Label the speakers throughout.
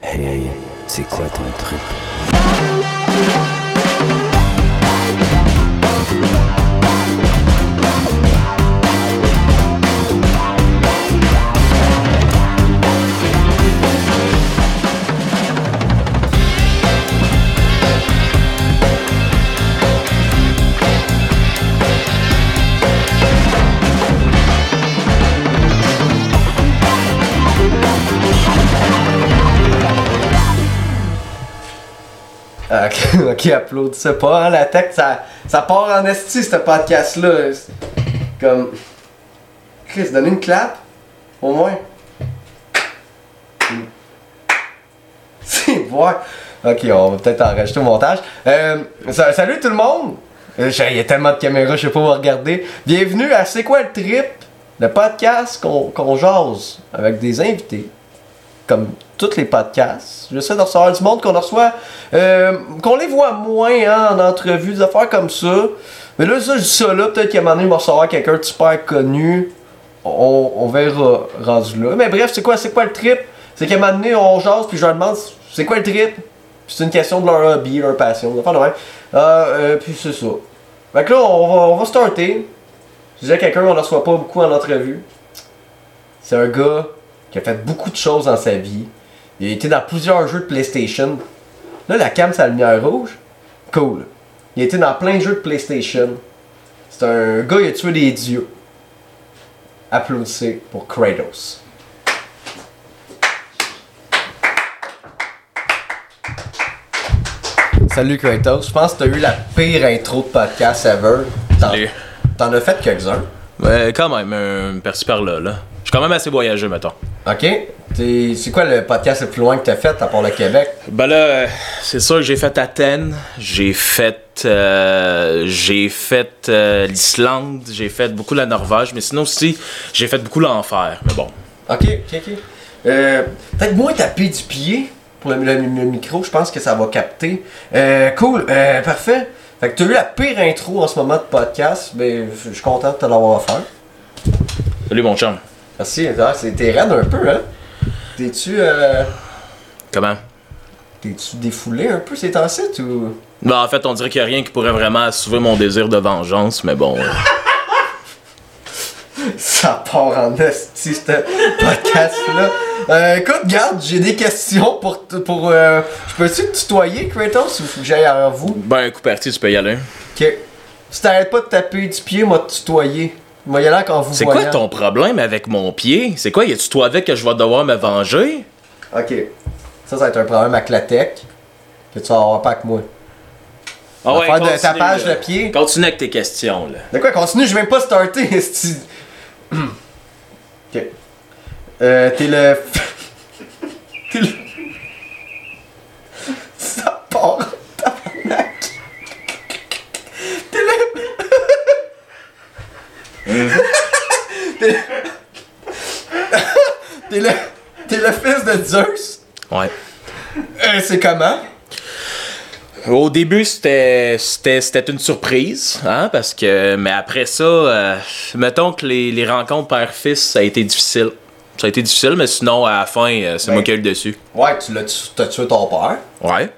Speaker 1: Hey, c'est quoi ton trip
Speaker 2: Ok, ok, applaudissez pas, hein, la tech, ça, ça part en esti, ce podcast-là. C'est Comme. Chris, donne une clap, au moins. C'est voir. Ok, on va peut-être en rajouter au montage. Euh, sa- salut tout le monde! Euh, j'ai- Il y a tellement de caméras, je sais pas où regarder. Bienvenue à C'est quoi le trip? Le podcast qu'on qu'on jase avec des invités comme tous les podcasts. J'essaie de recevoir du monde qu'on en reçoit, euh, qu'on les voit moins hein, en entrevue, des affaires comme ça. Mais là, ça, je dis ça là, peut-être qu'à un moment donné, il va recevoir quelqu'un de super connu. On, on verra rendu là. Mais bref, c'est quoi, c'est quoi le trip? C'est qu'à un moment donné, on jase, puis je leur demande, c'est quoi le trip? Puis c'est une question de leur hobby, leur passion, des affaires de même. Euh, euh, puis c'est ça. Fait que là, on va, on va starter. Je disais à quelqu'un, on ne reçoit pas beaucoup en entrevue. C'est un gars qui a fait beaucoup de choses dans sa vie. Il a été dans plusieurs jeux de PlayStation. Là, la cam, sa lumière rouge. Cool. Il a été dans plein de jeux de PlayStation. C'est un gars, il a tué des dieux. Applaudissez pour Kratos. Salut Kratos, je pense que t'as eu la pire intro de podcast ever. T'en-
Speaker 3: Salut.
Speaker 2: T'en as fait quelques-uns.
Speaker 3: Ouais, quand même, un perçu par là, là. Je suis quand même assez voyageux, mettons.
Speaker 2: Ok. T'es- C'est quoi le podcast le plus loin que t'as fait à part le Québec?
Speaker 3: Ben là, euh, c'est sûr que j'ai fait Athènes, j'ai fait. euh, j'ai fait euh, l'Islande, j'ai fait beaucoup la Norvège, mais sinon aussi, j'ai fait beaucoup l'enfer. Mais bon.
Speaker 2: Ok, ok, ok. Euh, Peut-être moins taper du pied pour le, le- le micro, je pense que ça va capter. Euh, cool, euh, parfait. Fait que t'as eu la pire intro en ce moment de podcast, mais je je suis content de te l'avoir offert.
Speaker 3: Salut, mon chum.
Speaker 2: Merci, ah, c'est- t'es raide un peu, hein? T'es-tu euh,
Speaker 3: Comment?
Speaker 2: t'es-tu défoulé un peu ces temps-ci ou.
Speaker 3: Ben, en fait, on dirait qu'il n'y a rien qui pourrait vraiment assouvir mon désir de vengeance, mais bon. euh.
Speaker 2: Ça part en esti, ce podcast-là. Euh, écoute, garde, j'ai des questions pour. t- pour euh, je peux-tu te tutoyer, Kratos, ou faut que j'aille à vous?
Speaker 3: ben, un coup parti, tu peux y aller.
Speaker 2: Ok. Si t'arrêtes pas de taper du pied, moi te tutoyer. Moi y aller quand vous
Speaker 3: C'est quoi
Speaker 2: voyant.
Speaker 3: ton problème avec mon pied? C'est quoi? Y a-tu toi avec que je vais devoir me venger?
Speaker 2: Ok. Ça, ça va être un problème avec la tech. Que tu vas avoir pas avec moi.
Speaker 3: Ah
Speaker 2: Affaire de
Speaker 3: continue,
Speaker 2: tapage
Speaker 3: là.
Speaker 2: de pied.
Speaker 3: Continue avec tes questions, là.
Speaker 2: De quoi continue, je vais même pas starter. esti. ok. Euh, t'es le. t'es le. Ça part. tabarnak. T'es le. T'es le. T'es le. T'es le fils de Zeus.
Speaker 3: Ouais.
Speaker 2: Euh, c'est comment?
Speaker 3: Au début, c'était c'était- c'était une surprise, hein, parce que. Mais après ça, euh, mettons que les, les rencontres père-fils, ça a été difficile. Ça a été difficile, mais sinon, à la fin, euh, c'est
Speaker 2: Ben-
Speaker 3: moi qui ai eu le dessus.
Speaker 2: Ouais, tu l'as tu- t'as tué ton père.
Speaker 3: Ouais.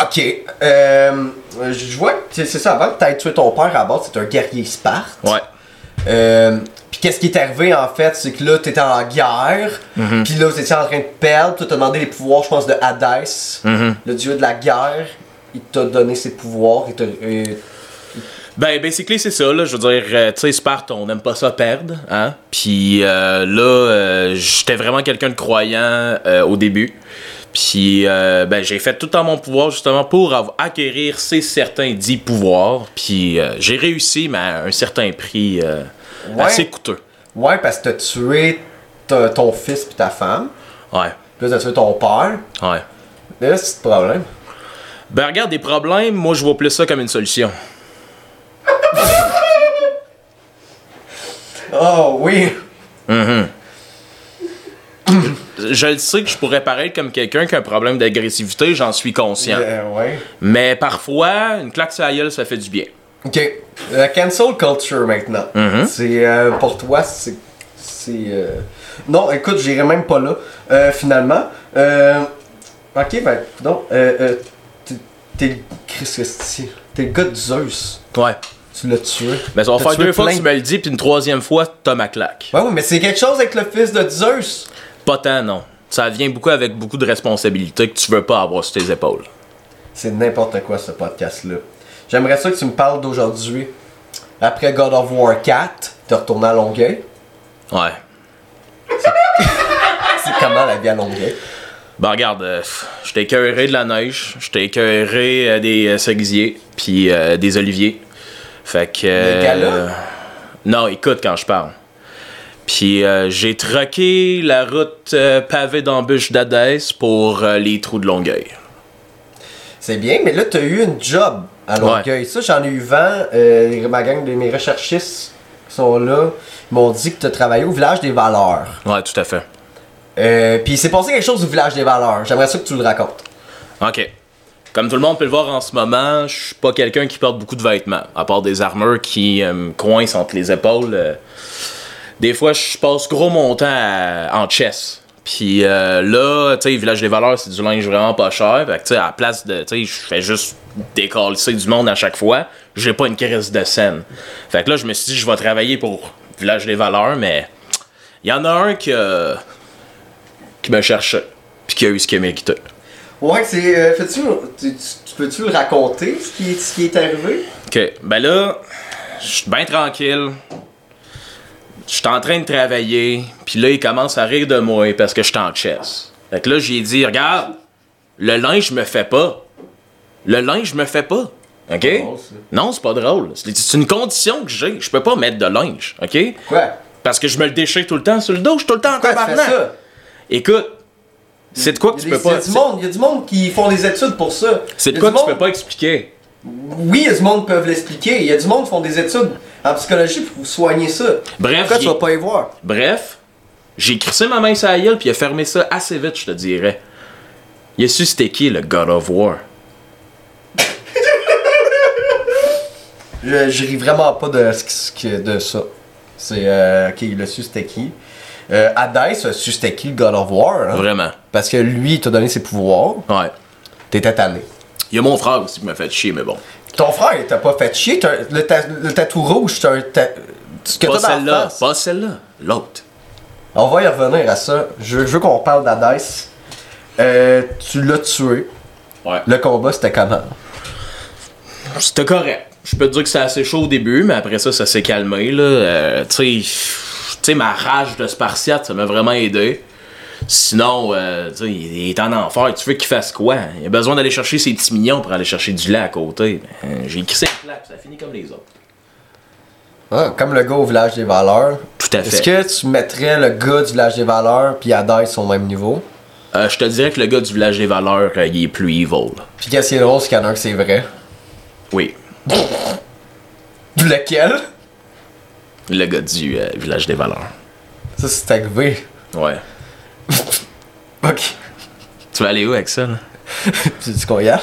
Speaker 2: Ok, euh, je vois que c'est c'est ça, avant que t'aies tué ton père à bord, c'est un guerrier Sparte.
Speaker 3: Ouais.
Speaker 2: Euh, puis qu'est-ce qui est arrivé en fait, c'est que là t'étais en guerre, puis là vous étiez en train de perdre, tu t'as demandé les pouvoirs, je pense, de Hadès,
Speaker 3: Mhm. Mm-hmm.
Speaker 2: le dieu de la guerre, il t'a donné ses pouvoirs, il t'a. euh,
Speaker 3: Ben, basically, c'est ça, là. Je veux dire, euh, tu sais, Sparte, on n'aime pas ça perdre, hein. Puis euh, là, euh, j'étais vraiment quelqu'un de croyant euh, au début. Puis, euh, ben, j'ai fait tout en mon pouvoir, justement, pour av- acquérir ces certains dix pouvoirs. Puis, euh, j'ai réussi, mais à un certain prix euh,
Speaker 2: Ouais.
Speaker 3: assez coûteux.
Speaker 2: Ouais, parce que t'as tué ta- ton fils puis ta femme,
Speaker 3: Ouais,
Speaker 2: puis là t'as tué ton père,
Speaker 3: ouais.
Speaker 2: là c'est le problème.
Speaker 3: Ben, regarde, des problèmes, moi, je vois plus ça comme une solution.
Speaker 2: Oh oui!
Speaker 3: Je le sais que je pourrais paraître comme quelqu'un qui a un problème d'agressivité, j'en suis conscient.
Speaker 2: Euh, ouais.
Speaker 3: Mais parfois, une claque sur la gueule, ça fait du bien.
Speaker 2: Ok, la cancel culture maintenant.
Speaker 3: Mhm.
Speaker 2: C'est euh, pour toi, c'est. c'est, euh, Non, écoute, j'irai même pas là, euh, finalement. Euh, Ok, ben, donc, euh, euh, t'es- t'es le. Christ, qu'est-ce que c'est? T'es le gars de Zeus.
Speaker 3: Ouais.
Speaker 2: Tu l'as tué.
Speaker 3: Mais ça va
Speaker 2: T'as
Speaker 3: faire
Speaker 2: tué
Speaker 3: deux fois
Speaker 2: plein.
Speaker 3: que tu me le dis, puis une troisième fois, t'as ma claque.
Speaker 2: Ouais, ouais, mais c'est quelque chose avec le fils de Zeus.
Speaker 3: Pas tant, non. Ça vient beaucoup avec beaucoup de responsabilités que tu veux pas avoir sur tes épaules.
Speaker 2: C'est n'importe quoi ce podcast-là. J'aimerais ça que tu me parles d'aujourd'hui. Après God of War 4, t'es retourné à Longueuil.
Speaker 3: Ouais.
Speaker 2: C'est comment la vie à Longueuil?
Speaker 3: Ben regarde, euh, pff, j'étais écœuré de la neige, j'étais écœuré euh, des euh, cerisiers, puis euh, des oliviers. Fait que... euh,
Speaker 2: gala?
Speaker 3: non, écoute quand je parle. Puis euh, j'ai troqué la route euh, pavée d'embûches d'Adès pour euh, les trous de Longueuil.
Speaker 2: C'est bien, mais là, t'as eu une job à Longueuil. Ça, j'en ai eu vent. euh, ma gang de mes recherchistes qui sont là m'ont dit que t'as travaillé au village des valeurs.
Speaker 3: Ouais, tout à fait.
Speaker 2: Euh, Puis il s'est passé quelque chose au village des valeurs. J'aimerais ça que tu le racontes.
Speaker 3: OK. Comme tout le monde peut le voir en ce moment, je suis pas quelqu'un qui porte beaucoup de vêtements, à part des armures qui euh, me coincent entre les épaules. euh. Des fois, je passe gros mon temps à- en chess. Puis euh, là, tu sais, Village des Valeurs, c'est du linge vraiment pas cher. Fait que, tu sais, à la place de, tu sais, je fais juste décalisser du monde à chaque fois, j'ai pas une crise de scène. Fait que là, je me suis dit, je vais travailler pour Village des Valeurs, mais il y en a un qui, euh, qui me cherchait, puis qui a eu ce qu'il méritait.
Speaker 2: Ouais, c'est. euh, fais-tu- tu, tu- peux-tu le raconter, ce qui, ce qui est arrivé?
Speaker 3: Ok, ben là, je suis bien tranquille. Je suis en train de travailler, puis là, il commence à rire de moi parce que je suis en chess. Fait que là, j'ai dit, regarde, le linge, je me fais pas. Le linge, je me fais pas. OK?
Speaker 2: drôle, ça.
Speaker 3: Non, c'est pas drôle. C'est c'est une condition que j'ai. Je peux pas mettre de linge. OK?
Speaker 2: Quoi?
Speaker 3: Parce que je me le déchire tout le temps sur le dos. Je suis tout le temps en
Speaker 2: Pourquoi tu fais
Speaker 3: tabarnak.
Speaker 2: ça?
Speaker 3: Écoute, c'est de quoi que tu
Speaker 2: Il y a
Speaker 3: peux
Speaker 2: des-
Speaker 3: pas.
Speaker 2: Il y a du monde, il y a du monde qui font des études pour ça.
Speaker 3: C'est
Speaker 2: Il y
Speaker 3: de
Speaker 2: a
Speaker 3: quoi
Speaker 2: du
Speaker 3: que tu
Speaker 2: monde-
Speaker 3: peux pas expliquer.
Speaker 2: Oui, il y a du monde qui peuvent l'expliquer. Il y a du monde qui font des études en psychologie pour soigner ça.
Speaker 3: Bref,
Speaker 2: Pourquoi tu
Speaker 3: j'ai-
Speaker 2: vas pas y voir?
Speaker 3: Bref, j'ai crissé ma main sur la gueule, puis il a fermé ça assez vite, je te dirais. Il a su c'était qui, le God of War.
Speaker 2: Je, je ris vraiment pas de, ce qui- ce qui- de ça. C'est. Euh, ok, le su c'était qui? Euh, Hades a su c'était qui le God of War. hein?
Speaker 3: Vraiment.
Speaker 2: Parce que lui, il t'a donné ses pouvoirs.
Speaker 3: Ouais.
Speaker 2: T'étais tanné.
Speaker 3: Il y a mon frère aussi qui m'a fait chier, mais bon.
Speaker 2: Ton frère, il t'a pas fait chier. t'as- le, ta- le tatou rouge, c'est un. ta- ce que
Speaker 3: Pas
Speaker 2: t'as dans la
Speaker 3: celle-là,
Speaker 2: face.
Speaker 3: pas celle-là, l'autre.
Speaker 2: On va y revenir à ça. Je, je veux qu'on parle d'Hadès. Euh, tu l'as tué.
Speaker 3: Ouais.
Speaker 2: Le combat, c'était comment?
Speaker 3: C'était correct. Je peux te dire que c'est assez chaud au début, mais après ça, ça s'est calmé, là. Euh, tu sais, tu sais, ma rage de Spartiate, ça m'a vraiment aidé. Sinon, euh, tu sais, il est en enfer. Tu veux qu'il fasse quoi? Il a besoin d'aller chercher ses petits mignons pour aller chercher du lait à côté. Ben, J'ai crissé une claque, ça finit comme les autres.
Speaker 2: Ah, comme le gars au village des valeurs.
Speaker 3: Tout à fait.
Speaker 2: Est-ce que tu mettrais le gars du village des valeurs puis Hadès au même niveau?
Speaker 3: Euh, je te dirais que le gars du village des valeurs, euh, il est plus evil.
Speaker 2: Puis qu'est-ce qui est drôle, c'est qu'il y en a un que c'est vrai.
Speaker 3: Oui.
Speaker 2: Lequel?
Speaker 3: Le gars du euh, village des valeurs.
Speaker 2: Ça, c'est arrivé.
Speaker 3: Ouais.
Speaker 2: Ok.
Speaker 3: Tu vas aller où avec ça, là?
Speaker 2: Tu dis qu'on y aille?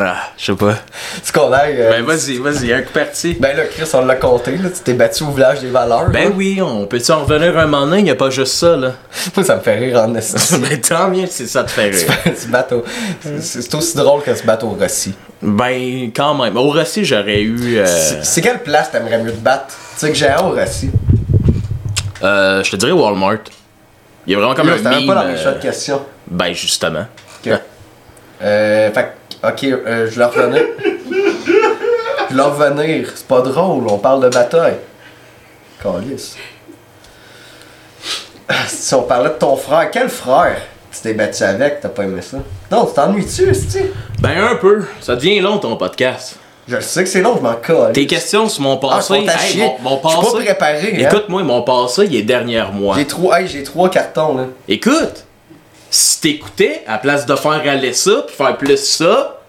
Speaker 3: Ah, je sais pas.
Speaker 2: Tu qu'on aille? euh,
Speaker 3: Ben vas-y, vas-y, un coup parti.
Speaker 2: ben là, Chris, on l'a compté, là. Tu t'es battu au village des valeurs.
Speaker 3: Ben
Speaker 2: là.
Speaker 3: oui, on peut-tu en revenir un moment donné? Il a pas juste ça, là.
Speaker 2: Moi, ça me fait rire en esti.
Speaker 3: Mais Ben, tant mieux si ça te fait rire.
Speaker 2: se battre au- c'est- C'est aussi drôle que se battre au Rossi.
Speaker 3: Ben, quand même. Au Rossi, j'aurais eu... euh,
Speaker 2: C'est c'est quelle place t'aimerais mieux te battre? Tu sais que j'ai un au Rossi.
Speaker 3: euh, je te dirais Walmart. Il y a vraiment comme
Speaker 2: Là,
Speaker 3: un
Speaker 2: C'était même
Speaker 3: meme...
Speaker 2: pas dans mes
Speaker 3: euh,
Speaker 2: choix de questions.
Speaker 3: ben, justement.
Speaker 2: Ok. Euh, fait que, ok, euh, je vais revenir. je vais revenir. C'est pas drôle, on parle de bataille. Calice. Ah, Si on parlait de ton frère, quel frère tu t'es battu avec, t'as pas aimé ça? Non, tu t'ennuies-tu, tu
Speaker 3: Ben, un peu. Ça devient long, ton podcast.
Speaker 2: Je le sais que c'est long, je m'en colle.
Speaker 3: Tes questions sur mon
Speaker 2: Ah, c'est
Speaker 3: passé.
Speaker 2: bon, t'as
Speaker 3: Hey,
Speaker 2: chié.
Speaker 3: mon, mon
Speaker 2: Je
Speaker 3: passé.
Speaker 2: suis pas préparé. hein.
Speaker 3: Écoute-moi, mon passé, il est derrière moi.
Speaker 2: J'ai trois, hey, j'ai trois cartons, là.
Speaker 3: Écoute, si t'écoutais, à place de faire aller ça, puis faire plus ça,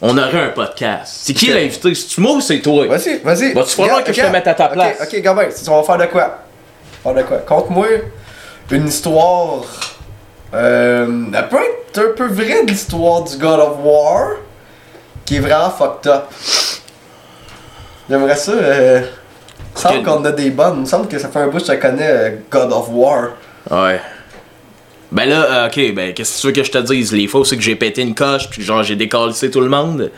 Speaker 3: on aurait un podcast. C'est qui
Speaker 2: Ok.
Speaker 3: l'invité? C'est-tu moi ou c'est toi?
Speaker 2: Vas-y, vas-y.
Speaker 3: Vas-tu falloir
Speaker 2: Regarde,
Speaker 3: que je te
Speaker 2: regarde.
Speaker 3: mette à ta
Speaker 2: Ok,
Speaker 3: place?
Speaker 2: Ok, Gabin, si tu- on va faire de quoi? On va Faire de quoi? Conte-moi une histoire. Euh, elle peut être un peu vraie de l'histoire du God of War qui est vraiment fucked up. J'aimerais ça. Euh, il me semble
Speaker 3: Ok.
Speaker 2: qu'on a des bonnes. Il me semble que ça fait un bout que je te connais euh, God of War.
Speaker 3: Ouais. Ben là, euh, ok, ben qu'est-ce que tu veux que je te dise? Les faux, c'est que j'ai pété une coche, puis genre j'ai décalissé tout le monde.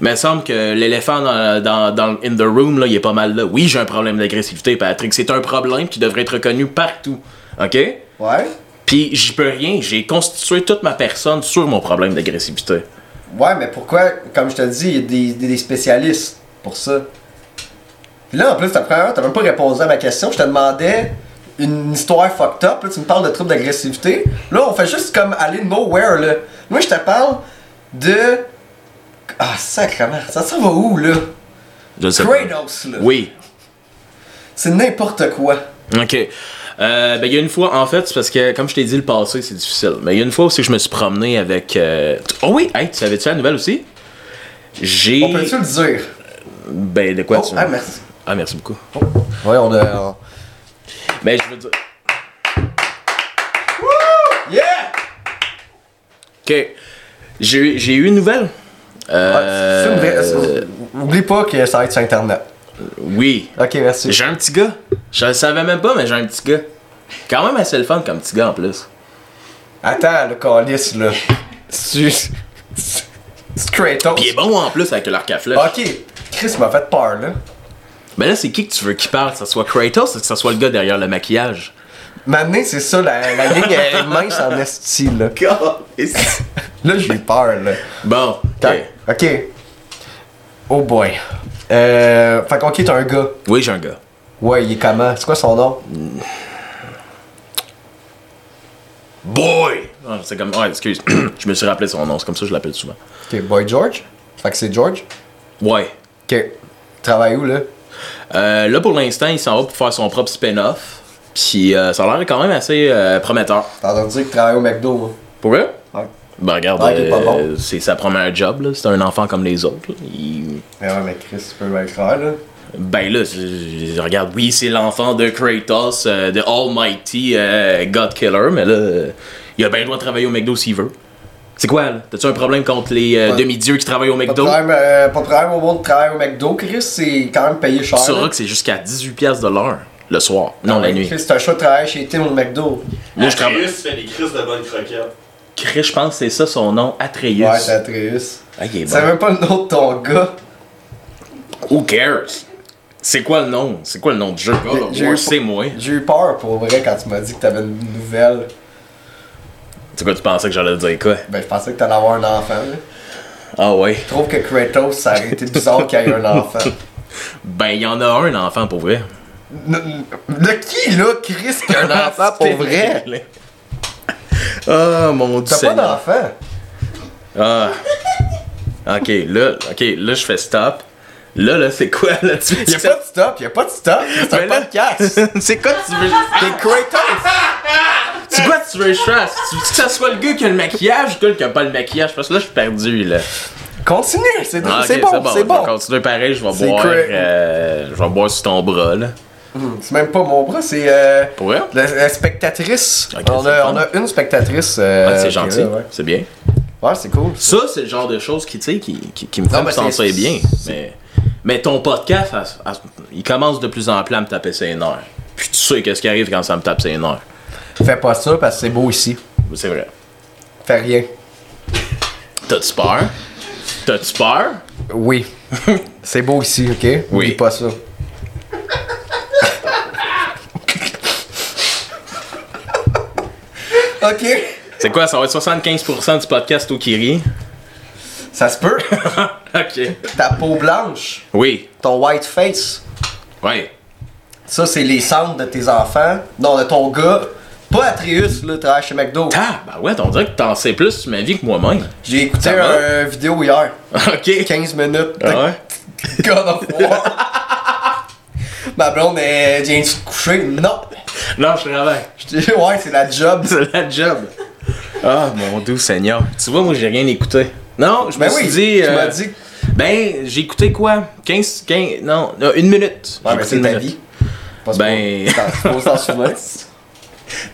Speaker 3: Mais il me semble que l'éléphant dans, dans, dans In the Room, là, il est pas mal là. Oui, j'ai un problème d'agressivité, Patrick. C'est un problème qui devrait être reconnu partout. Ok?
Speaker 2: Ouais.
Speaker 3: Puis j'y peux rien, j'ai constitué toute ma personne sur mon problème d'agressivité.
Speaker 2: Ouais, mais pourquoi, comme je te le dis, il y a des, des- des spécialistes pour ça. Puis là, en plus, ta première heure, t'as même pas répondu à ma question. Je te demandais une histoire fucked up. Là, tu me parles de troubles d'agressivité. Là, on fait juste comme aller nowhere, là. Moi, je te parle de. Ah, sacrément. Ça, ça va où, là?
Speaker 3: Je sais pas.
Speaker 2: Kratos, là.
Speaker 3: Oui.
Speaker 2: C'est n'importe quoi.
Speaker 3: Ok. Euh, ben, il y a une fois, en fait, c'est parce que, comme je t'ai dit, le passé, c'est difficile. Mais il y a une fois aussi que je me suis promené avec. euh, Oh oui, hey, tu savais-tu la nouvelle aussi? J'ai.
Speaker 2: On peut-tu le dire?
Speaker 3: Ben, de quoi
Speaker 2: Oh,
Speaker 3: tu
Speaker 2: ah, merci. Oh.
Speaker 3: Ah, merci beaucoup.
Speaker 2: Ouais, on a.
Speaker 3: Mais je veux dire.
Speaker 2: Yeah!
Speaker 3: Ok. J'ai eu- j'ai eu une nouvelle. Euh,
Speaker 2: Ouais, Ah, c'est- c'est une vraie- c'est- Oublie pas que ça va être sur Internet.
Speaker 3: Oui.
Speaker 2: Ok, merci.
Speaker 3: J'ai un petit gars. Je le savais même pas, mais j'ai un petit gars. Quand même assez le fun comme petit gars en plus.
Speaker 2: Attends, le calice, là. C'est c'est Kratos.
Speaker 3: Puis il est bon en plus avec l'arc à flèche.
Speaker 2: Ok, Chris m'a fait peur, là.
Speaker 3: Mais là, c'est qui que tu veux qui parle Que ce soit Kratos ou que ce soit le gars derrière le maquillage
Speaker 2: Maintenant, c'est ça, la, la ligne est mince en esti, là. Là, j'ai peur, là.
Speaker 3: Bon, ok.
Speaker 2: Ok. Oh boy. Euh. Fait qu'on quitte un gars.
Speaker 3: Oui, j'ai un gars.
Speaker 2: Ouais, il est comment C'est quoi son nom
Speaker 3: Boy Ah, C'est comme. Ouais, excuse. je me suis rappelé son nom, c'est comme ça que je l'appelle souvent.
Speaker 2: Ok, Boy George. Fait que c'est George.
Speaker 3: Ouais.
Speaker 2: Ok. Travaille où, là
Speaker 3: Euh, là, pour l'instant, il s'en va pour faire son propre spin-off. Puis euh, ça a l'air quand même assez euh, prometteur.
Speaker 2: T'as entendu dire qu'il travaille au McDo, moi.
Speaker 3: Pour vrai
Speaker 2: Ouais.
Speaker 3: Ben regarde,
Speaker 2: Ah, il est pas bon.
Speaker 3: euh, c'est sa première job, là. C'est un enfant comme les autres. là. Il-
Speaker 2: Mais Eh ouais, mais Chris, tu peux bien le faire, là.
Speaker 3: Ben là, je- je- regarde, oui, c'est l'enfant de Kratos, euh, de Almighty euh, God Killer, mais là, euh, il a bien le droit de travailler au McDo s'il veut. C'est quoi, là? T'as-tu un problème contre les euh,
Speaker 2: Ouais.
Speaker 3: demi-dieux qui travaillent au
Speaker 2: Pas de,
Speaker 3: McDo?
Speaker 2: problème, euh, pas de problème au monde de travailler au McDo, Chris, c'est quand même payé cher.
Speaker 3: Tu
Speaker 2: là.
Speaker 3: sauras que c'est jusqu'à 18$ de l'heure, le soir, non la
Speaker 2: Ouais,
Speaker 3: nuit.
Speaker 2: Chris, C'est un choix de travailler chez Tim au McDo.
Speaker 3: Moi, je travaille.
Speaker 4: Atreus fait des crises de bonnes croquettes.
Speaker 3: Chris, je pense que c'est ça son nom, Atreus.
Speaker 2: Ouais, c'est Atreus.
Speaker 3: ah, il est
Speaker 2: C'est
Speaker 3: bon.
Speaker 2: même pas le nom de ton gars.
Speaker 3: Who cares? C'est quoi le nom? C'est quoi le nom du jeu? God of
Speaker 2: J'ai-
Speaker 3: War,
Speaker 2: j'ai-
Speaker 3: c'est moi.
Speaker 2: J'ai eu peur pour vrai quand tu m'as dit que t'avais une nouvelle.
Speaker 3: C'est quoi, tu pensais que j'allais dire quoi?
Speaker 2: Ben, je pensais que t'allais avoir un enfant. là.
Speaker 3: Ah ouais.
Speaker 2: Je trouve que Kratos, ça aurait été bizarre qu'il y ait un enfant.
Speaker 3: Ben, il y en a un enfant pour vrai.
Speaker 2: N- Le qui, là, Chris, qui a un enfant pour vrai?
Speaker 3: Ah mon dieu.
Speaker 2: T'as pas
Speaker 3: Seigneur.
Speaker 2: d'enfant?
Speaker 3: Ah. Ok, là, ok, là je fais stop. Là, là, c'est quoi là tu
Speaker 2: Y'a pas de stop, y'a pas de stop. C'est un
Speaker 3: Mais là-
Speaker 2: podcast.
Speaker 3: C'est quoi que tu veux
Speaker 2: T'es Kratos. ah,
Speaker 3: C'est quoi que tu veux que je fasse? Tu veux que ça soit le gars qui a le maquillage ou le gars qui a pas le maquillage? Parce que là je suis perdu là.
Speaker 2: Continue, c'est
Speaker 3: Ah, ok,
Speaker 2: c'est bon, c'est
Speaker 3: Je vais
Speaker 2: bon.
Speaker 3: continuer pareil, je vais
Speaker 2: C'est
Speaker 3: boire.
Speaker 2: cra-
Speaker 3: euh, je vais boire sur ton bras là.
Speaker 2: C'est même pas mon bras, c'est. euh,
Speaker 3: Pour vrai?
Speaker 2: La, la spectatrice.
Speaker 3: Ok,
Speaker 2: on,
Speaker 3: c'est le
Speaker 2: a,
Speaker 3: fun.
Speaker 2: on a une spectatrice. euh,
Speaker 3: Ah,
Speaker 2: qui
Speaker 3: c'est
Speaker 2: est
Speaker 3: gentil,
Speaker 2: là, ouais,
Speaker 3: c'est bien.
Speaker 2: Ouais, c'est cool.
Speaker 3: Ça, c'est le genre de choses qui, tu sais, qui, qui, qui me font
Speaker 2: mais
Speaker 3: me sentir
Speaker 2: c'est-
Speaker 3: bien. Mais, mais ton podcast, à- à- il commence de plus en plus à me taper ses nerfs. Puis tu sais qu'est-ce qui arrive quand ça me tape ses nerfs.
Speaker 2: Fais pas ça parce que c'est beau ici.
Speaker 3: C'est vrai.
Speaker 2: Fais rien.
Speaker 3: T'as-tu peur? T'as-tu peur?
Speaker 2: Oui. c'est beau ici, ok?
Speaker 3: Oui.
Speaker 2: Oublie pas ça. ok.
Speaker 3: C'est quoi, ça va être 75% du podcast au Kiri?
Speaker 2: Ça se peut.
Speaker 3: ok.
Speaker 2: Ta peau blanche,
Speaker 3: Oui.
Speaker 2: ton white face,
Speaker 3: Ouais.
Speaker 2: ça c'est les cendres de tes enfants. Non, de ton gars. Pas Atreus, là, travaille chez McDo.
Speaker 3: Ah, bah ouais, on dirait que t'en sais plus sur ma vie que moi-même.
Speaker 2: J'ai écouté
Speaker 3: Ça va?
Speaker 2: une vidéo hier.
Speaker 3: ok.
Speaker 2: 15 minutes. de-
Speaker 3: Ah ouais?
Speaker 2: God of War. Ma blonde, elle vient se coucher. Non.
Speaker 3: Non, je travaille.
Speaker 2: Je te dis, ouais, c'est la job. Ben
Speaker 3: C'est la job. Ah, mon doux Seigneur. Tu vois, moi, j'ai rien écouté. Non, je
Speaker 2: Ben
Speaker 3: me suis
Speaker 2: oui,
Speaker 3: dit.
Speaker 2: tu
Speaker 3: euh,
Speaker 2: m'as dit-
Speaker 3: Ben, j'ai écouté quoi 15. 15 non, non, une minute.
Speaker 2: Ouais, mais
Speaker 3: J'ai écouté
Speaker 2: c'est
Speaker 3: une
Speaker 2: ta
Speaker 3: minute.
Speaker 2: vie. Pas se-
Speaker 3: Ben-
Speaker 2: t'en- Faut s'en souvenir.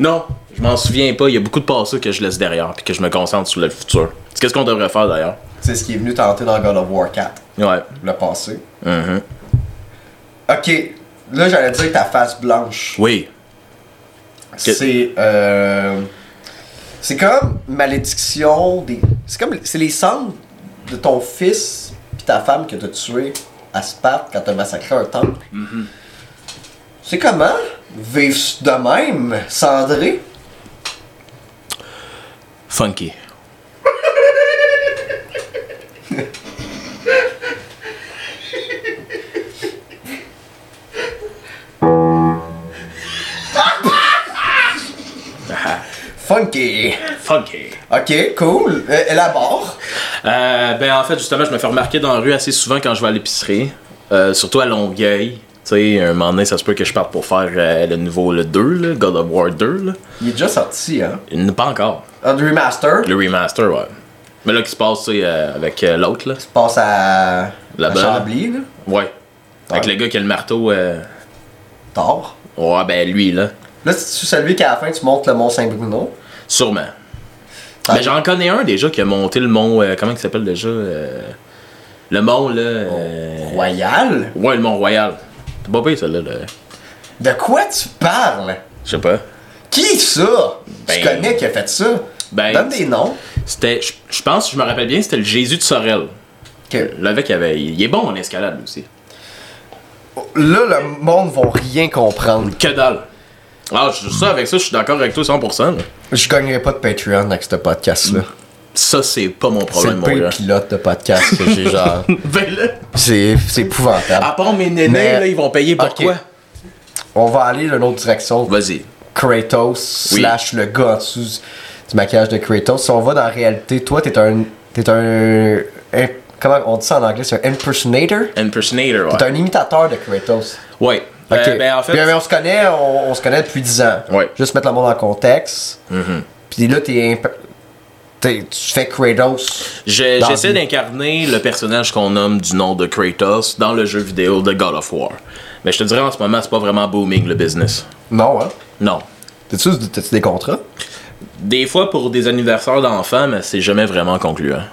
Speaker 3: Non, je m'en souviens pas. Il y a beaucoup de passés que je laisse derrière puis que je me concentre sur le futur. C'est qu'est-ce qu'on devrait faire d'ailleurs
Speaker 2: C'est ce qui est venu tenter dans God of War 4,
Speaker 3: Ouais.
Speaker 2: le passé.
Speaker 3: Mhm.
Speaker 2: Ok, là j'allais dire ta face blanche.
Speaker 3: Oui.
Speaker 2: C'est. Euh, C'est comme malédiction des. C'est comme. C'est les cendres de ton fils puis ta femme que t'as tué à Sparte quand t'as massacré un temple. C'est comment vivre de même, cendré?
Speaker 3: Funky.
Speaker 2: Funky!
Speaker 3: Funky.
Speaker 2: Ok, cool. Euh, élabore.
Speaker 3: Euh, ben en fait justement je me fais remarquer dans la rue assez souvent quand je vais à l'épicerie, Euh, surtout à Longueuil. Tu sais, un moment donné, ça se peut que je parte pour faire euh, le nouveau le 2, là, God of War 2. Là.
Speaker 2: Il est déjà sorti, hein?
Speaker 3: Il n'est Pas encore.
Speaker 2: Un remaster.
Speaker 3: Le remaster, ouais. Mais là, qui se passe, tu sais, euh, avec euh, l'autre, là.
Speaker 2: Passe à. à
Speaker 3: Là-bas, là.
Speaker 2: Chambly, là.
Speaker 3: Ouais. Avec
Speaker 2: Ouais.
Speaker 3: le gars qui a le marteau. euh,
Speaker 2: Tard.
Speaker 3: Ouais, ben lui, là.
Speaker 2: Là, c'est celui qui à la fin tu montes le Mont Saint-Bruno.
Speaker 3: Sûrement.
Speaker 2: Ah.
Speaker 3: Mais j'en connais un déjà qui a monté le mont. euh, comment il s'appelle déjà euh, Le mont, là. euh,
Speaker 2: Royal?
Speaker 3: Ouais, le mont Royal. C'est pas payé, celle-là. là.
Speaker 2: De quoi tu parles?
Speaker 3: Je sais pas.
Speaker 2: Qui ça? Tu
Speaker 3: Ben-
Speaker 2: connais qui a fait ça?
Speaker 3: Ben-
Speaker 2: Donne des noms.
Speaker 3: C'était. Je je pense, si je me rappelle bien, c'était le Jésus de Sorel.
Speaker 2: Que-
Speaker 3: Le mec, il, avait, il est bon en escalade lui aussi.
Speaker 2: Là, le monde va rien comprendre.
Speaker 3: Que dalle. Ah, je- ça, avec ça, je suis d'accord avec toi 100%. là.
Speaker 2: Je gagnerai pas de Patreon avec ce podcast-là.
Speaker 3: Ça, c'est pas mon
Speaker 2: C'est
Speaker 3: problème,
Speaker 2: le
Speaker 3: mon
Speaker 2: pire
Speaker 3: gars.
Speaker 2: pilote de podcast que j'ai, genre.
Speaker 3: Ben là,
Speaker 2: C'est c'est épouvantable.
Speaker 3: à part mes nénés,
Speaker 2: Mais-
Speaker 3: là, ils vont payer pour
Speaker 2: Ok.
Speaker 3: quoi
Speaker 2: On va aller dans une autre direction.
Speaker 3: Vas-y.
Speaker 2: Kratos slash le gars en dessous du maquillage de Kratos. Si on va dans la réalité, toi, t'es un. T'es un. un- Comment on dit ça en anglais C'est un impersonator
Speaker 3: Impersonator, ouais.
Speaker 2: T'es un imitateur de Kratos.
Speaker 3: Ouais.
Speaker 2: Ok.
Speaker 3: Euh, ben, en fait,
Speaker 2: Puis, euh, on se connaît, on, on se connaît depuis 10 ans.
Speaker 3: Ouais.
Speaker 2: Juste mettre le monde en contexte. Puis là, t'es, imp- t'es- Tu fais Kratos.
Speaker 3: je-
Speaker 2: Dans
Speaker 3: j'essaie
Speaker 2: une-
Speaker 3: d'incarner le personnage qu'on nomme du nom de Kratos dans le jeu vidéo de God of War. Mais je te dirais en ce moment, c'est pas vraiment booming le business.
Speaker 2: Non, hein
Speaker 3: Non.
Speaker 2: T'es-tu, t'as-tu des contrats
Speaker 3: Des fois pour des anniversaires d'enfants, mais c'est jamais vraiment concluant.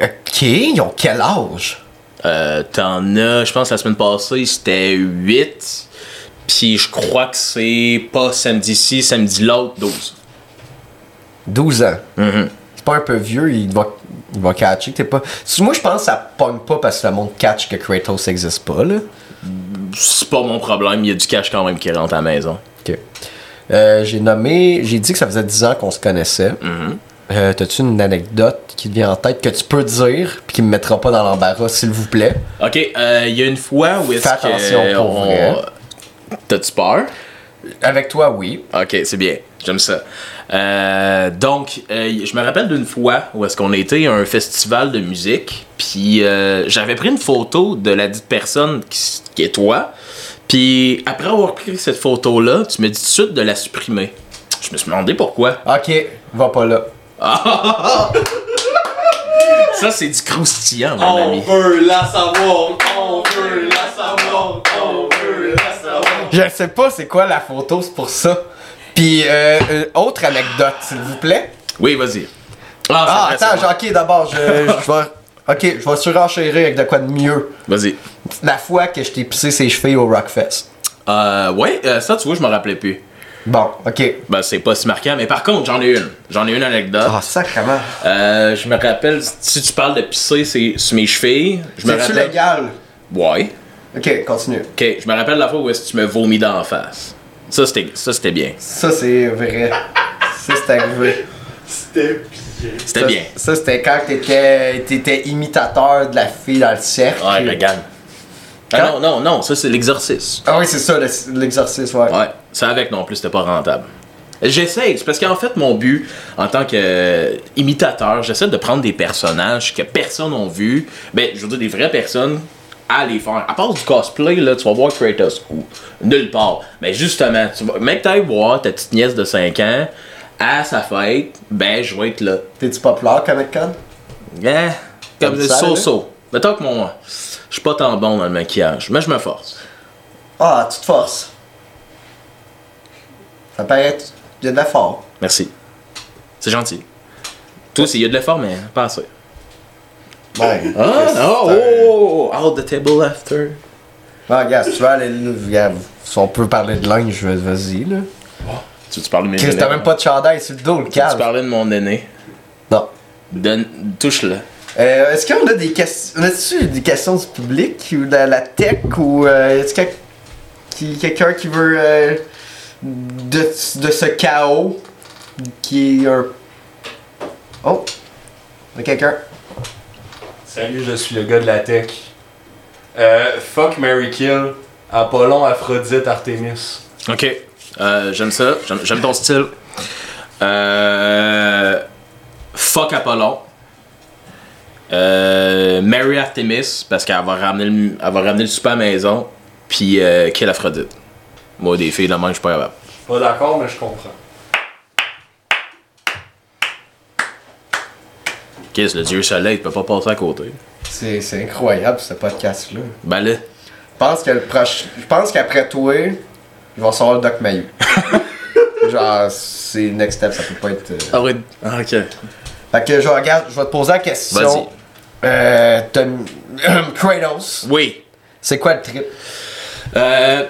Speaker 2: Ok, ils ont quel âge
Speaker 3: Euh, T'en as, je pense la semaine passée, c'était 8. Puis je crois que c'est pas samedi 6, samedi l'autre, 12.
Speaker 2: 12 ans. C'est pas un peu vieux, il va, il va catcher. que T'es pas... Si Moi, je pense que ça pogne pas parce que le monde catch que Kratos n'existe pas, là.
Speaker 3: C'est pas mon problème, il y a du cash quand même qui rentre à la maison.
Speaker 2: Ok. Euh, j'ai nommé, j'ai dit que ça faisait 10 ans qu'on se connaissait. Euh, t'as-tu une anecdote qui te vient en tête que tu peux dire puis qui me mettra pas dans l'embarras, s'il vous plaît?
Speaker 3: Ok, euh, il y a une fois où est-ce
Speaker 2: Fais
Speaker 3: que.
Speaker 2: attention pour vrai.
Speaker 3: T'as-tu peur?
Speaker 2: Avec toi, oui.
Speaker 3: Ok, c'est bien. J'aime ça. Euh, donc, euh, je me rappelle d'une fois où est-ce qu'on était à un festival de musique, puis euh, j'avais pris une photo de la dite personne qui, s- qui est toi, puis après avoir pris cette photo-là, tu me dis tout de suite de la supprimer. Je me suis demandé pourquoi.
Speaker 2: Ok, va pas là.
Speaker 3: Ça, c'est du croustillant, mon
Speaker 4: On
Speaker 3: ami.
Speaker 4: veut la savoir, on veut la savoir, on veut la savoir.
Speaker 2: Je sais pas c'est quoi la photo, c'est pour ça. Puis, euh, euh, autre anecdote, s'il vous plaît.
Speaker 3: Oui, vas-y.
Speaker 2: Ah,
Speaker 3: Ah, c'est vrai,
Speaker 2: attends,
Speaker 3: c'est vrai.
Speaker 2: ok, d'abord, je, je vais. Ok, je vais surenchérir avec de quoi de mieux.
Speaker 3: Vas-y.
Speaker 2: La fois que je t'ai pissé ses chevilles au Rockfest.
Speaker 3: Euh, ouais, euh, ça, tu vois, je me rappelais plus.
Speaker 2: Bon, ok.
Speaker 3: Ben, c'est pas si marquant, mais par contre, j'en ai une. J'en ai une anecdote.
Speaker 2: Ah, sacrement.
Speaker 3: Euh, je me rappelle, si tu parles de pisser c'est sur mes chevilles, je me
Speaker 2: C'est-tu
Speaker 3: rappelle.
Speaker 2: légal?
Speaker 3: Ouais.
Speaker 2: Ok, continue.
Speaker 3: Ok, je me rappelle la fois où est-ce que tu me vomis dans la face. Ça, c'était, ça, c'était bien.
Speaker 2: Ça, c'est vrai. Ça, c'est arrivé.
Speaker 4: C'était bien.
Speaker 3: C'était
Speaker 2: Ça,
Speaker 3: bien.
Speaker 2: Ça, c'était quand t'étais, t'étais imitateur de la fille dans le cercle.
Speaker 3: Ouais, regarde. Ah,
Speaker 2: Quand-
Speaker 3: non, non, non, ça, c'est l'exercice.
Speaker 2: Ah oui, c'est ça, le- l'exercice, ouais.
Speaker 3: Ouais, ça avec non plus, c'était pas rentable. J'essaie, c'est parce qu'en fait, mon but en tant que euh, imitateur, j'essaie de prendre des personnages que personne n'a vu, ben, je veux dire des vraies personnes à les faire. À part du cosplay, là, tu vas voir Kratos ou nulle part. Mais justement, tu vas, mec, t'ailles voir ta petite nièce de 5 ans à sa fête, ben, je vais être là.
Speaker 2: T'es-tu populaire, Comic Con?
Speaker 3: Hein? Comme
Speaker 2: Comme
Speaker 3: des
Speaker 2: ça, là?
Speaker 3: so-so. Mettons que moi, je suis pas tant bon dans le maquillage, mais je me force.
Speaker 2: Ah, tu te forces. Ça paraît. Il y a de l'effort.
Speaker 3: Merci. C'est gentil. Toi aussi, il y a de l'effort, mais pas assez.
Speaker 2: Ouais.
Speaker 3: Ah,
Speaker 2: Chris,
Speaker 3: non,
Speaker 2: c'est un-
Speaker 3: oh, oh, out the table after.
Speaker 2: Ah, regarde, si tu veux aller là, regarde, si on peut parler de linge, vas- vas-y, là.
Speaker 3: Tu veux tu parles de mes
Speaker 2: Chris, t'as
Speaker 3: élèves?
Speaker 2: même pas de chandail sur le dos, le
Speaker 3: Tu veux-tu
Speaker 2: calme.
Speaker 3: parler de mon aîné.
Speaker 2: Non.
Speaker 3: Donne... Touche-le.
Speaker 2: Euh, est-ce qu'on a des questions. On a-tu des questions du public ou de la tech ou euh, est-ce que qui- quelqu'un qui veut euh, de, de ce chaos qui est un. Oh! Il y a quelqu'un.
Speaker 4: Salut, je suis le gars de la tech. Euh, fuck Mary Kill, Apollon, Aphrodite, Artemis.
Speaker 3: Ok. Euh, j'aime ça. J'aime- J'aime ton style. Euh, fuck Apollon. Euh, Mary Artemis, parce qu'elle va ramener le, elle va ramener le souper à la maison. Puis euh, kill Aphrodite. Moi, des filles, la main, je suis pas capable.
Speaker 4: Pas d'accord, mais je comprends.
Speaker 3: Kiss, le dieu soleil, tu peux pas passer à côté.
Speaker 2: C'est, c'est incroyable ce podcast-là.
Speaker 3: Ben là.
Speaker 2: Je pense que le proche. Je pense qu'après toi, ils vont sortir Doc Mayu. genre, c'est next step, ça peut pas être. euh,
Speaker 3: Ah oui. Ah, ok.
Speaker 2: Fait que je regarde, je vais te poser la question. Euh, t'as- Kratos,
Speaker 3: Oui.
Speaker 2: c'est quoi le trip?
Speaker 3: Euh...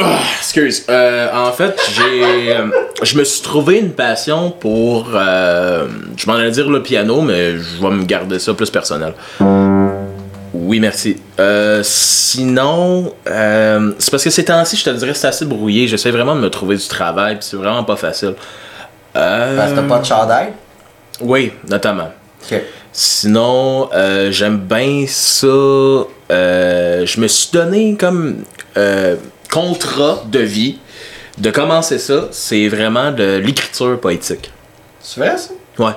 Speaker 3: Ah, Excuse. Euh, en fait, j'ai, euh, je me suis trouvé une passion pour, euh, je m'en allais dire le piano, mais je vais me garder ça plus personnel. Oui, merci. Euh, sinon, euh, c'est parce que ces temps-ci, je te le dirais, c'est assez brouillé. J'essaie vraiment de me trouver du travail, puis c'est vraiment pas facile. Euh,
Speaker 2: Parce que t'as pas de chandail?
Speaker 3: Oui, notamment.
Speaker 2: Ok.
Speaker 3: Sinon, euh, j'aime bien ça. euh, je me suis donné comme euh, contrat de vie de commencer ça. C'est vraiment de l'écriture poétique.
Speaker 2: Tu fais ça?
Speaker 3: Ouais.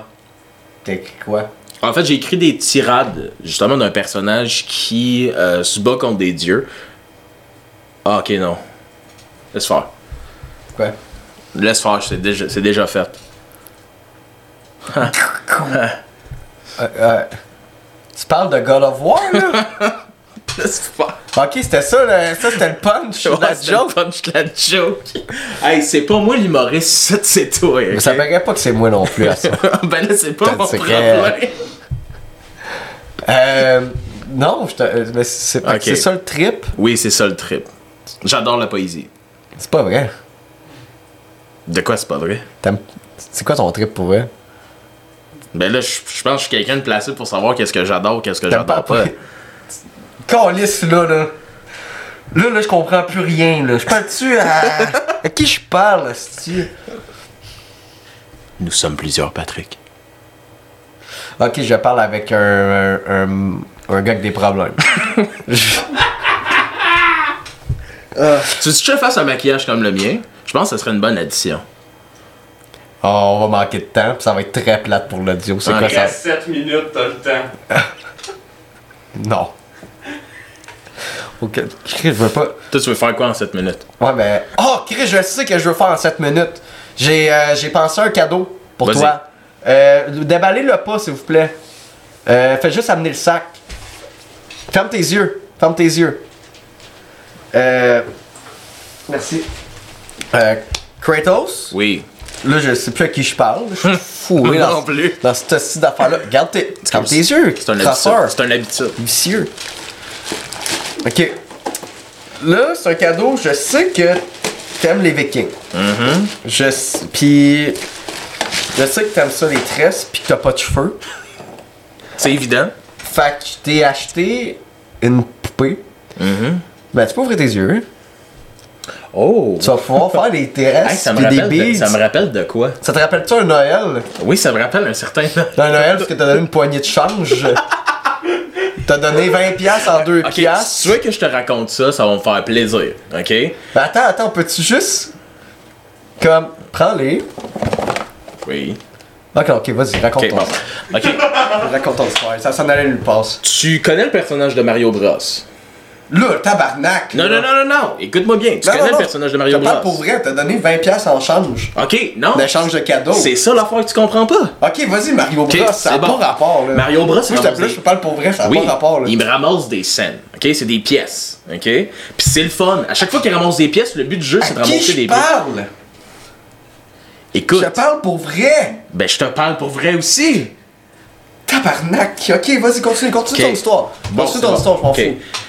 Speaker 2: T'écris quoi?
Speaker 3: En fait, j'ai écrit des tirades, justement, d'un personnage qui euh, se bat contre des dieux. Ah, ok, non. Laisse faire. Euh,
Speaker 2: Quoi?
Speaker 3: Laisse faire, c'est déjà, c'est déjà fait.
Speaker 2: Euh, euh, tu parles de God of War là?
Speaker 3: Laisse faire.
Speaker 2: ok, c'était ça, le- ça c'était le punch,
Speaker 3: Ouais,
Speaker 2: la
Speaker 3: c'était le
Speaker 2: joke.
Speaker 3: punch, la joke. hey, c'est pas moi l'humoriste, ça, c'est toi.
Speaker 2: Mais
Speaker 3: ok?
Speaker 2: ça paraît pas que c'est moi non plus à ça.
Speaker 3: ben là, c'est pas
Speaker 2: T'as
Speaker 3: mon
Speaker 2: dit que-
Speaker 3: problème.
Speaker 2: euh, non, je te- euh, mais c'est, fait que
Speaker 3: Ok.
Speaker 2: c'est ça le trip.
Speaker 3: Oui, c'est ça le trip. J'adore la poésie.
Speaker 2: C'est pas vrai.
Speaker 3: De quoi c'est pas vrai?
Speaker 2: T'aimes- C'est quoi ton trip pour vrai?
Speaker 3: Ben là, je je pense que je suis quelqu'un de placé pour savoir qu'est-ce que j'adore ou qu'est-ce que j'adore pas.
Speaker 2: Calisse là, là. Là, là, je comprends plus rien, là. Je parle-tu à... à qui je parle, cest
Speaker 3: Nous sommes plusieurs, Patrick.
Speaker 2: Ok, je parle avec un, un, un, un gars avec des problèmes.
Speaker 3: Tu veux que je te fasse un maquillage comme le mien? Je pense que ce serait une bonne addition.
Speaker 2: Oh, on va manquer de temps, puis ça va être très plate pour l'audio. C'est
Speaker 3: Ah,
Speaker 2: quoi
Speaker 3: ok.
Speaker 4: Il
Speaker 2: ça?
Speaker 4: reste 7 minutes, t'as le temps.
Speaker 2: Non. Ok, Chris, je veux pas.
Speaker 3: Toi, tu veux faire quoi en 7 minutes?
Speaker 2: Ouais, mais. Oh, Chris, je sais que je veux faire en 7 minutes. J'ai euh, j'ai pensé un cadeau pour
Speaker 3: Vas-y.
Speaker 2: toi. Euh, Déballez-le pas, s'il vous plaît. Euh, fais juste amener le sac. Ferme tes yeux. Ferme tes yeux. Euh, merci. Euh, Kratos?
Speaker 3: Oui.
Speaker 2: Là, je sais plus à qui je parle. Je suis fourré
Speaker 3: Moi
Speaker 2: dans,
Speaker 3: non plus.
Speaker 2: dans cette hostie d'affaire-là. Regarde tes, ferme tes yeux.
Speaker 3: C'est un
Speaker 2: crasseur.
Speaker 3: habitude. C'est un habitude.
Speaker 2: Vicieux. Ok. Là, c'est un cadeau. Je sais que t'aimes les Vikings.
Speaker 3: Mm-hmm.
Speaker 2: Je s- Puis. Je sais que t'aimes ça, les tresses, puis que t'as pas de cheveux.
Speaker 3: C'est évident.
Speaker 2: Fait que je t'ai acheté une poupée.
Speaker 3: Mm-hmm.
Speaker 2: Ben, tu peux ouvrir tes yeux.
Speaker 3: Oh!
Speaker 2: Tu vas pouvoir faire des
Speaker 3: Hey,
Speaker 2: tresses,
Speaker 3: ça, me
Speaker 2: puis des
Speaker 3: rappelle de,
Speaker 2: beads.
Speaker 3: ça me rappelle de quoi?
Speaker 2: Ça te rappelle-tu un Noël?
Speaker 3: Oui, ça me rappelle un certain.
Speaker 2: T'as un Noël parce que t'as donné une poignée de change. t'as donné 20$ piastres en deux
Speaker 3: Ok,
Speaker 2: piastres.
Speaker 3: si tu veux que je te raconte ça, ça va me faire plaisir. Ok?
Speaker 2: Ben attends, attends, peux-tu juste. Comme. Prends-les.
Speaker 3: Oui.
Speaker 2: Ok, ok, vas-y, raconte
Speaker 3: Ok,
Speaker 2: ton
Speaker 3: bon. Ok.
Speaker 2: Raconte ton histoire. Ça s'en allait nulle part.
Speaker 3: Tu connais le personnage de Mario Bros.
Speaker 2: Là, tabarnak!
Speaker 3: Non,
Speaker 2: là.
Speaker 3: non, non, non, non. Écoute-moi bien. Tu
Speaker 2: Non,
Speaker 3: connais
Speaker 2: non,
Speaker 3: le
Speaker 2: non.
Speaker 3: personnage de Mario
Speaker 2: Je te parle
Speaker 3: Bros.
Speaker 2: pour vrai, t'as donné 20$ piastres en change.
Speaker 3: Ok, non.
Speaker 2: En échange de cadeaux.
Speaker 3: C'est ça l'affaire que tu comprends pas.
Speaker 2: Ok, vas-y, Mario Bros,
Speaker 3: Ok,
Speaker 2: ça
Speaker 3: c'est
Speaker 2: a
Speaker 3: bon.
Speaker 2: pas rapport, là.
Speaker 3: Mario Bros,
Speaker 2: Moi, je
Speaker 3: ramasse
Speaker 2: t'appelle,
Speaker 3: des-
Speaker 2: je te parle pour vrai, ça a
Speaker 3: oui,
Speaker 2: pas rapport, là.
Speaker 3: il me ramasse des scènes, ok? C'est des pièces, ok? Puis c'est le fun. À chaque fois qu'il ramasse des pièces, le but du jeu, c'est de
Speaker 2: À qui
Speaker 3: ramasser des
Speaker 2: je
Speaker 3: pièces.
Speaker 2: parle? Je
Speaker 3: Écoute,
Speaker 2: te parle pour vrai!
Speaker 3: ben je te parle pour vrai aussi.
Speaker 2: Tabarnak! Ok, vas-y, continue, continue
Speaker 3: Ok.
Speaker 2: ton histoire.
Speaker 3: Bon,
Speaker 2: continue
Speaker 3: c'est
Speaker 2: ton
Speaker 3: bon.
Speaker 2: histoire, je m'en
Speaker 3: Ok.
Speaker 2: fous.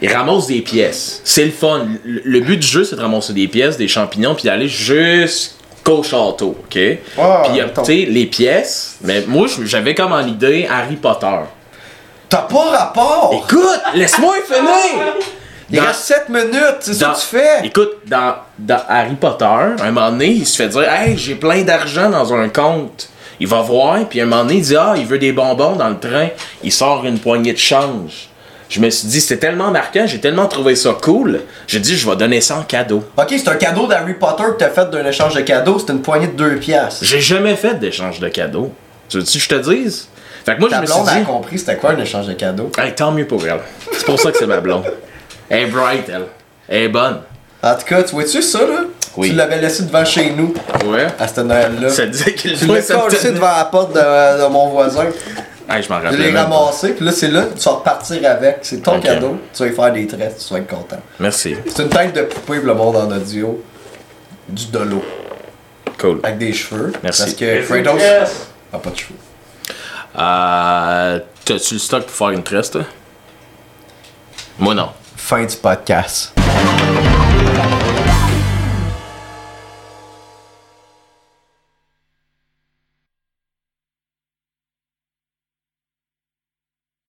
Speaker 3: Il ramasse des pièces. C'est le fun. Le, le but du jeu, c'est de ramasser des pièces, des champignons, puis d'aller jusqu'au château, ok?
Speaker 2: Ah,
Speaker 3: puis, euh,
Speaker 2: attends.
Speaker 3: tu sais, les pièces, mais moi, je- j'avais comme en idée Harry Potter.
Speaker 2: T'as pas rapport!
Speaker 3: Écoute, laisse-moi finir!
Speaker 2: Oh. Il
Speaker 3: Dans-
Speaker 2: reste 7 minutes, c'est ça
Speaker 3: dans-
Speaker 2: que tu fais!
Speaker 3: Écoute, dans, dans Harry Potter, à un moment donné, il se fait dire Hey, j'ai plein d'argent dans un compte. Il va voir, puis à un moment donné, il dit Ah, il veut des bonbons dans le train. Il sort une poignée de change. Je me suis dit, c'est tellement marquant, j'ai tellement trouvé ça cool. J'ai dit, je vais donner ça en cadeau.
Speaker 2: Ok, c'est un cadeau d'Harry Potter que t'as fait d'un échange de cadeaux, c'est une poignée de 2 piastres.
Speaker 3: J'ai jamais fait d'échange de cadeaux. Tu veux-tu que je te dise Fait que moi, je
Speaker 2: Ta
Speaker 3: me suis
Speaker 2: blonde a
Speaker 3: dit,
Speaker 2: compris c'était quoi un échange de cadeaux.
Speaker 3: Hey, tant mieux pour elle. C'est pour ça que c'est ma blonde. Elle est bright, elle. Elle est bonne.
Speaker 2: En tout cas, tu vois-tu ça là?
Speaker 3: Oui.
Speaker 2: Tu l'avais laissé devant chez nous
Speaker 3: Ouais.
Speaker 2: à cette Noël-là.
Speaker 3: Ça disait qu'il
Speaker 2: Euh, Tu l'as collé devant la porte de, de mon voisin.
Speaker 3: Hey, je m'en
Speaker 2: Je
Speaker 3: rappelle.
Speaker 2: l'ai
Speaker 3: même pas.
Speaker 2: ramassé, puis là c'est là, tu vas repartir avec. C'est ton
Speaker 3: Ok.
Speaker 2: cadeau, tu vas y faire des traits, tu vas être content.
Speaker 3: Merci.
Speaker 2: C'est une tête de poupée, puis le monde en audio. Du dolo.
Speaker 3: Cool.
Speaker 2: Avec des cheveux.
Speaker 3: Merci.
Speaker 2: Parce
Speaker 4: Euh,
Speaker 2: que Kratos
Speaker 4: Yes.
Speaker 2: a pas de cheveux.
Speaker 3: Euh, T'as-tu le stock pour faire une tresse, toi? Moi, non.
Speaker 2: Fin du podcast.